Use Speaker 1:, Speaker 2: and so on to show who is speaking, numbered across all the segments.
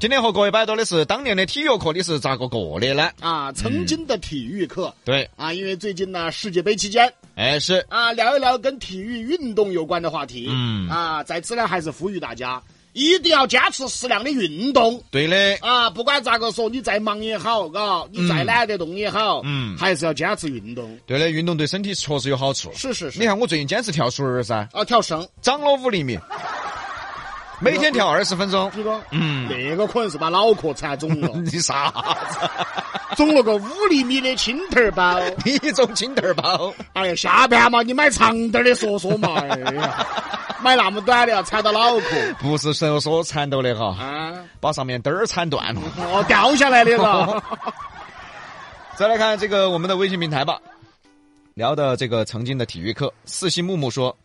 Speaker 1: 今天和各位摆到的是当年的体育课，你是咋个过的呢？
Speaker 2: 啊，曾经的体育课、
Speaker 1: 对，
Speaker 2: 啊，因为最近呢世界杯期间
Speaker 1: 哎是，
Speaker 2: 啊，聊一聊跟体育运动有关的话题。
Speaker 1: 嗯
Speaker 2: 啊，在此呢还是呼吁大家一定要坚持适量的运动。
Speaker 1: 对的，
Speaker 2: 啊，不管咋个说，你再忙也好，嘎，你再懒得动也好，
Speaker 1: 嗯
Speaker 2: 还是要坚持运动。
Speaker 1: 对的，运动对身体确实有好处。
Speaker 2: 是是是
Speaker 1: 你。看我最近坚持跳绳儿噻，
Speaker 2: 啊，跳绳，
Speaker 1: 长了五厘米，每天跳二十分钟。
Speaker 2: 你说，
Speaker 1: 嗯，
Speaker 2: 那个可能是把脑壳缠肿了
Speaker 1: 你傻子，
Speaker 2: 肿了个五厘米的青头儿包。
Speaker 1: 你一种青头儿包。
Speaker 2: 哎呀，下盘嘛，你买长点儿的说说嘛，哎呀，买那么短的要缠到脑壳
Speaker 1: 不是手说缠斗的哈，
Speaker 2: 啊，
Speaker 1: 把上面灯儿缠断了。
Speaker 2: 哦，掉下来的嘎。
Speaker 1: 再来看这个我们的微信平台吧，聊的这个曾经的体育课，四喜木木说，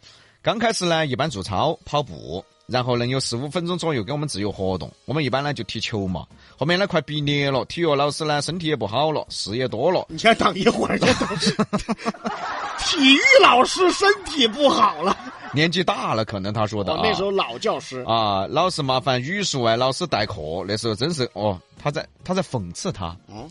Speaker 1: 刚开始呢一般做操跑步，然后能有十五分钟左右给我们自由活动，我们一般呢就踢球嘛。后面呢快毕业了，体育老师呢身体也不好了，事也多了，
Speaker 2: 你先等一会儿，这都是 体育老师身体不好了。
Speaker 1: 年纪大了，可能他说的
Speaker 2: 我
Speaker 1: 啊。
Speaker 2: 哦那时候老教师，
Speaker 1: 啊，老是麻烦语数外啊老师代课，那时候真是哦，他在他在讽刺他。
Speaker 2: 嗯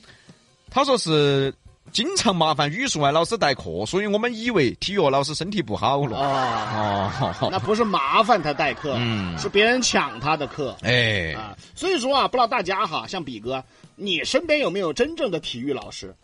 Speaker 1: 他说是经常麻烦语数外啊老师代课，所以我们以为体育老师身体不好了。
Speaker 2: 啊，那
Speaker 1: 哦，
Speaker 2: 不是麻烦他代课，
Speaker 1: 嗯
Speaker 2: 是别人抢他的课
Speaker 1: 哎，
Speaker 2: 啊。所以说啊，不知道大家哈，像比哥，你身边有没有真正的体育老师？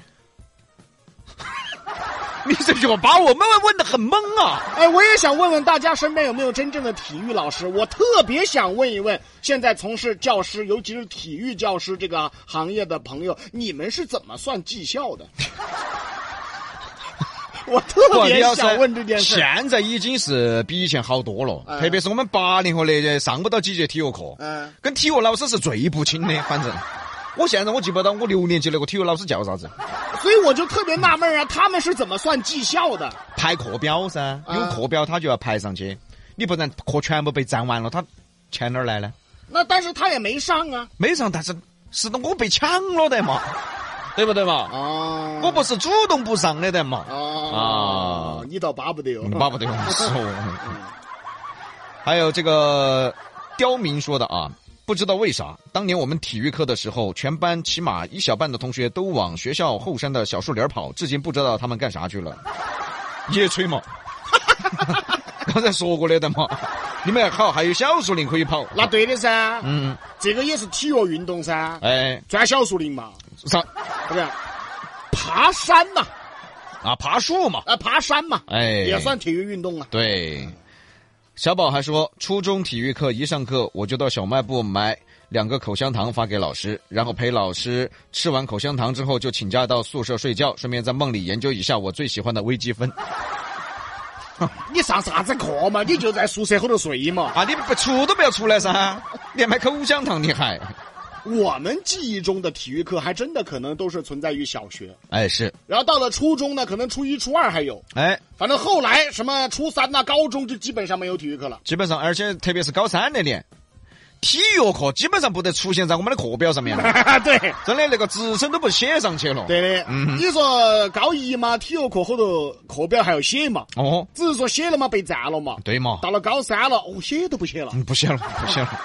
Speaker 1: 你这句话把我们问的很懵啊！
Speaker 2: 哎，我也想问问大家身边有没有真正的体育老师？我特别想问一问，现在从事教师，尤其是体育教师这个行业的朋友，你们是怎么算绩效的？ 我特
Speaker 1: 哇你
Speaker 2: 别
Speaker 1: 要是
Speaker 2: 想问这件事。
Speaker 1: 现在已经是比以前好多了，
Speaker 2: 嗯
Speaker 1: 特别是我们八零后那上不到几节体育课，
Speaker 2: 嗯，
Speaker 1: 跟体育老师是最不亲的。反正我现在我记不到我六年级那个体育老师叫啥子。
Speaker 2: 所以我就特别纳闷啊，他们是怎么算绩效的？
Speaker 1: 排课表噻，
Speaker 2: 啊
Speaker 1: 有课表他就要排上去，你不然课全部被占完了，他钱哪儿来呢？
Speaker 2: 那但是他也没上啊。
Speaker 1: 没上，但是是我被抢了的嘛， 对不对嘛？
Speaker 2: 哦
Speaker 1: 我不是主动不上的的嘛，
Speaker 2: 哦，你倒巴不得哦。
Speaker 1: 巴不得我说。啊还有这个刁民说的啊。不知道为啥，当年我们体育课的时候，全班起码一小半的同学都往学校后山的小树林跑，至今不知道他们干啥去了。野炊嘛， 刚才说过了的嘛。你们还好，还有小树林可以跑。
Speaker 2: 那对的噻，
Speaker 1: 嗯，
Speaker 2: 这个也是体育运动噻，
Speaker 1: 哎，
Speaker 2: 钻小树林嘛，
Speaker 1: 上
Speaker 2: 不是爬山嘛。
Speaker 1: 啊，爬树嘛，
Speaker 2: 啊，爬山嘛，
Speaker 1: 哎，
Speaker 2: 也算体育运动啊。
Speaker 1: 对，小宝还说，初中体育课一上课，我就到小卖部买两个口香糖发给老师，然后陪老师吃完口香糖之后就请假到宿舍睡觉，顺便在梦里研究一下我最喜欢的微积分。
Speaker 2: 你上啥子课嘛？你就在宿舍后头睡嘛。
Speaker 1: 啊，你不出都不要出来噻，啊你还买口香糖，你还？
Speaker 2: 我们记忆中的体育课，还真的可能都是存在于小学，
Speaker 1: 哎，是，
Speaker 2: 然后到了初中呢，可能初一、初二还有，
Speaker 1: 哎，
Speaker 2: 反正后来什么初三呐、高中就基本上没有体育课了。
Speaker 1: 基本上，而且特别是高三那年，体育课基本上不得出现在我们的课表上面了，
Speaker 2: 对，
Speaker 1: 真的那个职称都不写上去了。，
Speaker 2: 对的。
Speaker 1: 嗯
Speaker 2: 你说高一嘛，体育课后头课表还要写嘛，
Speaker 1: 哦，
Speaker 2: 只是说写了嘛被占了嘛。
Speaker 1: 对嘛。
Speaker 2: 到了高三了，哦，写都不写了。
Speaker 1: 嗯，不写了，不写了。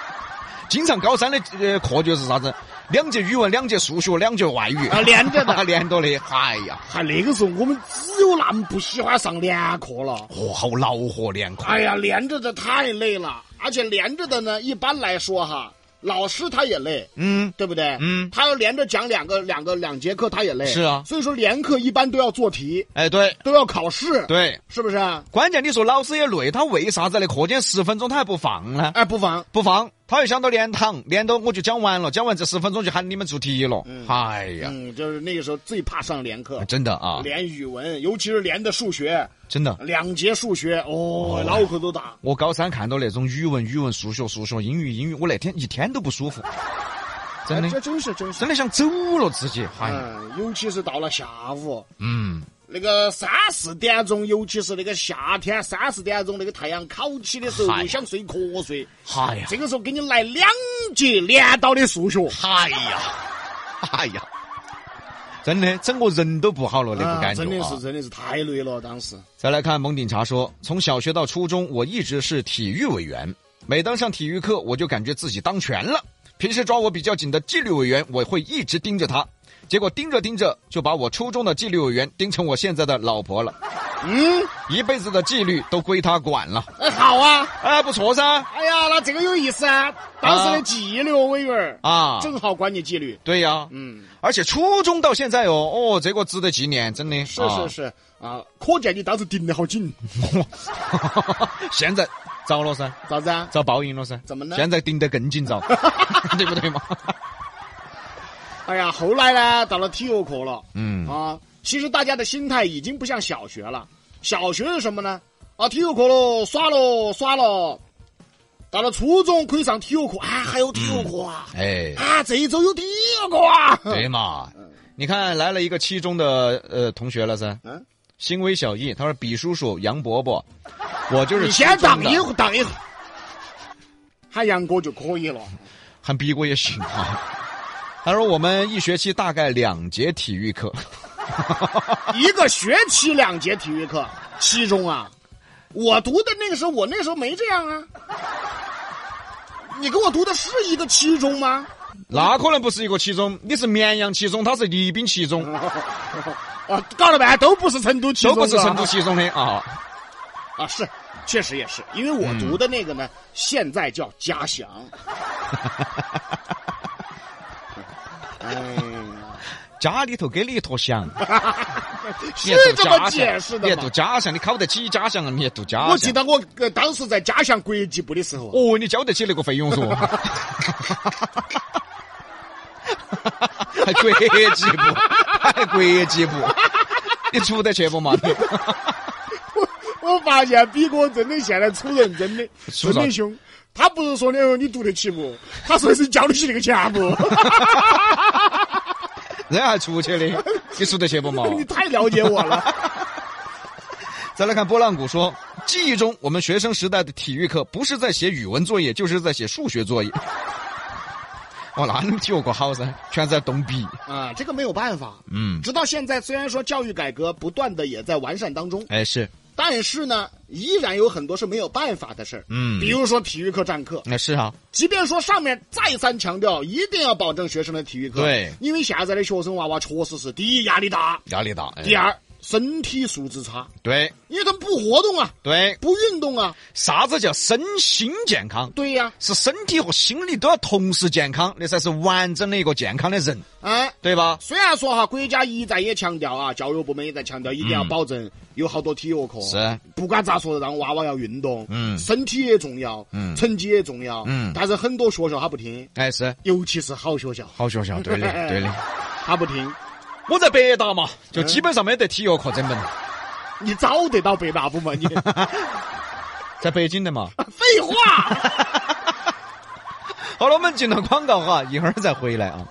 Speaker 1: 经常高三的呃课就是啥子，两节语文，两节数学，两节外语，
Speaker 2: 啊连 着的
Speaker 1: 啊连着的。哎呀，
Speaker 2: 还那个时候我们只有那么不喜欢上联课了。
Speaker 1: 哦，好恼火连课。
Speaker 2: 哎呀，连着的太累了，而且连着的呢，一般来说哈，老师他也累，
Speaker 1: 嗯，
Speaker 2: 对不对？
Speaker 1: 嗯
Speaker 2: 他要连着讲两个、两个、两节课，他也累。
Speaker 1: 是啊
Speaker 2: 所以说连课一般都要做题，
Speaker 1: 哎，对
Speaker 2: 都要考试，，
Speaker 1: 对，
Speaker 2: 是啊不是？
Speaker 1: 关键你说老师也累，他为啥子那课间十分钟他还不放呢？
Speaker 2: 哎，不妨
Speaker 1: 不放，他又想到连堂，连到我就讲完了，讲完这十分钟就喊你们做题了。哎呀，
Speaker 2: 嗯，就是那个时候最怕上连课，
Speaker 1: 真的啊，
Speaker 2: 连语文，尤其是连的数学，
Speaker 1: 真的。
Speaker 2: 两节数学，哦，脑壳都大。
Speaker 1: 我高三看到那种语文、语文、数学、数学、英语、英语，我那天一天都不 舒服，真
Speaker 2: 哎这
Speaker 1: 的，
Speaker 2: 真是真是
Speaker 1: 真。的想走了自己。哎呀，
Speaker 2: 嗯，尤其是到了下午，
Speaker 1: 嗯。
Speaker 2: 那个三四点钟，尤其是那个夏天三四点钟，那个太阳烤起的时候，
Speaker 1: 嗨
Speaker 2: 又想睡瞌睡。
Speaker 1: 嗨呀，
Speaker 2: 这个时候给你来两节连导的数学，
Speaker 1: 嗨呀，哎呀，真的，整个人都不好了，那个
Speaker 2: 啊
Speaker 1: 感觉、啊
Speaker 2: 真的是真的是太累了。当时
Speaker 1: 再来看蒙顶茶说，从小学到初中，我一直是体育委员。每当上体育课，我就感觉自己当权了。平时抓我比较紧的纪律委员，我会一直盯着他。结果盯着盯着就把我初中的纪律委员盯成我现在的老婆了，
Speaker 2: 嗯，
Speaker 1: 一辈子的纪律都归他管了。
Speaker 2: 哎好啊，
Speaker 1: 哎，不错噻！
Speaker 2: 哎呀，那这个有意思啊！当时的纪律委员啊，
Speaker 1: 啊，
Speaker 2: 正好管你纪律。
Speaker 1: 对呀、
Speaker 2: 嗯，
Speaker 1: 而且初中到现在哦，哦，这个值得纪念，真的。
Speaker 2: 是是是啊，可见你当时盯得好紧。
Speaker 1: 啊， 现在糟了噻，
Speaker 2: 咋子啊？
Speaker 1: 遭报应了噻。
Speaker 2: 怎么呢
Speaker 1: 现在盯得更紧 遭，对不对嘛？
Speaker 2: 哎呀，后来呢，到了体育课了
Speaker 1: 嗯，
Speaker 2: 啊，其实大家的心态已经不像小学了。小学是什么呢？啊，体育课喽，耍喽，耍喽。到了初中可以上体育课啊，还有体育课啊，
Speaker 1: 哎，
Speaker 2: 啊，这一周有体育课啊。
Speaker 1: 对嘛。你看来了一个七中的呃同学了噻，
Speaker 2: 嗯，
Speaker 1: 心微小易，他说：“比叔叔杨伯伯，我就是
Speaker 2: 你先
Speaker 1: 初中
Speaker 2: 等
Speaker 1: 的
Speaker 2: 一会儿，等一会儿，喊杨哥就可以了。
Speaker 1: 喊逼过也行啊。” 他说：“我们一学期大概两节体育 课，
Speaker 2: 一个学期两节体育课，七中啊，我读的那个时候，我那时候没这样啊。你给我读的是一个七中吗？
Speaker 1: 那可能不是一个七中，你是绵阳七中，他是宜宾七中，
Speaker 2: 啊，搞了半天都不是成都七
Speaker 1: 都
Speaker 2: 中，啊
Speaker 1: 不是成都
Speaker 2: 是
Speaker 1: 七中的啊。”
Speaker 2: 吧啊，是，确实也是，因为我读的那个呢，现在叫嘉祥。哎呀，
Speaker 1: 家里头给你一坨翔，你
Speaker 2: 是
Speaker 1: 也读
Speaker 2: 这么
Speaker 1: 家
Speaker 2: 解
Speaker 1: 乡
Speaker 2: 释，
Speaker 1: 你也
Speaker 2: 的
Speaker 1: 读
Speaker 2: 吗？
Speaker 1: 家乡，你考得起家乡，你也读家乡。
Speaker 2: 我记得我呃当时在嘉祥国际部的时候，啊
Speaker 1: 哦，你交得起那个费用 嗦？还国际部，还国际部，你出得去不嘛？你
Speaker 2: 我发现比哥真的现在处人真的
Speaker 1: 处啥
Speaker 2: 真的凶，他不是说你你读得起不，他说的是交得起那个钱不，
Speaker 1: 人家还出去的，你出得去不嘛？
Speaker 2: 你太了解我了。
Speaker 1: 再来看波浪鼓说，记忆中我们学生时代的体育课不是在写语文作业，就是在写数学作业。哇，那你们体育课好噻，全在动笔。
Speaker 2: 啊，这个没有办法。
Speaker 1: 嗯，
Speaker 2: 直到现在，虽然说教育改革不断的也在完善当中，
Speaker 1: 哎是，
Speaker 2: 但是呢，依然有很多是没有办法的事儿。
Speaker 1: 嗯
Speaker 2: 比如说体育课占课，
Speaker 1: 那是啊，
Speaker 2: 即便说上面再三强调一定要保证学生的体育课，
Speaker 1: 对
Speaker 2: 因为现在的学生娃娃确实是第一压力大，
Speaker 1: 压力大。哎
Speaker 2: 第，二身体素质差，
Speaker 1: 对
Speaker 2: 因为他们不活动啊，
Speaker 1: 对，
Speaker 2: 不运动啊，
Speaker 1: 啥子叫身心健康？
Speaker 2: 对呀、
Speaker 1: 是身体和心理都要同时健康，那才是完整的一个健康的人，
Speaker 2: 哎，
Speaker 1: 对吧？
Speaker 2: 虽然说哈，国家一再也强调啊，教育部门也在强调，一定要保证有好多体育课。
Speaker 1: 嗯是，
Speaker 2: 不管咋说，让娃娃要运动，
Speaker 1: 嗯
Speaker 2: 身体也重要，
Speaker 1: 嗯
Speaker 2: 成绩也重要，
Speaker 1: 嗯
Speaker 2: 但是很多学校他不听，
Speaker 1: 哎，是
Speaker 2: 尤其是好学校，
Speaker 1: 好学校，对 的，对的。嗯
Speaker 2: 他不听。
Speaker 1: 我在北大嘛，就基本上没得体育课这门，
Speaker 2: 你找得到北大不嘛？你
Speaker 1: 在北京的嘛。
Speaker 2: 废话。
Speaker 1: 好了，我们进了广告哈，一会儿再回来啊。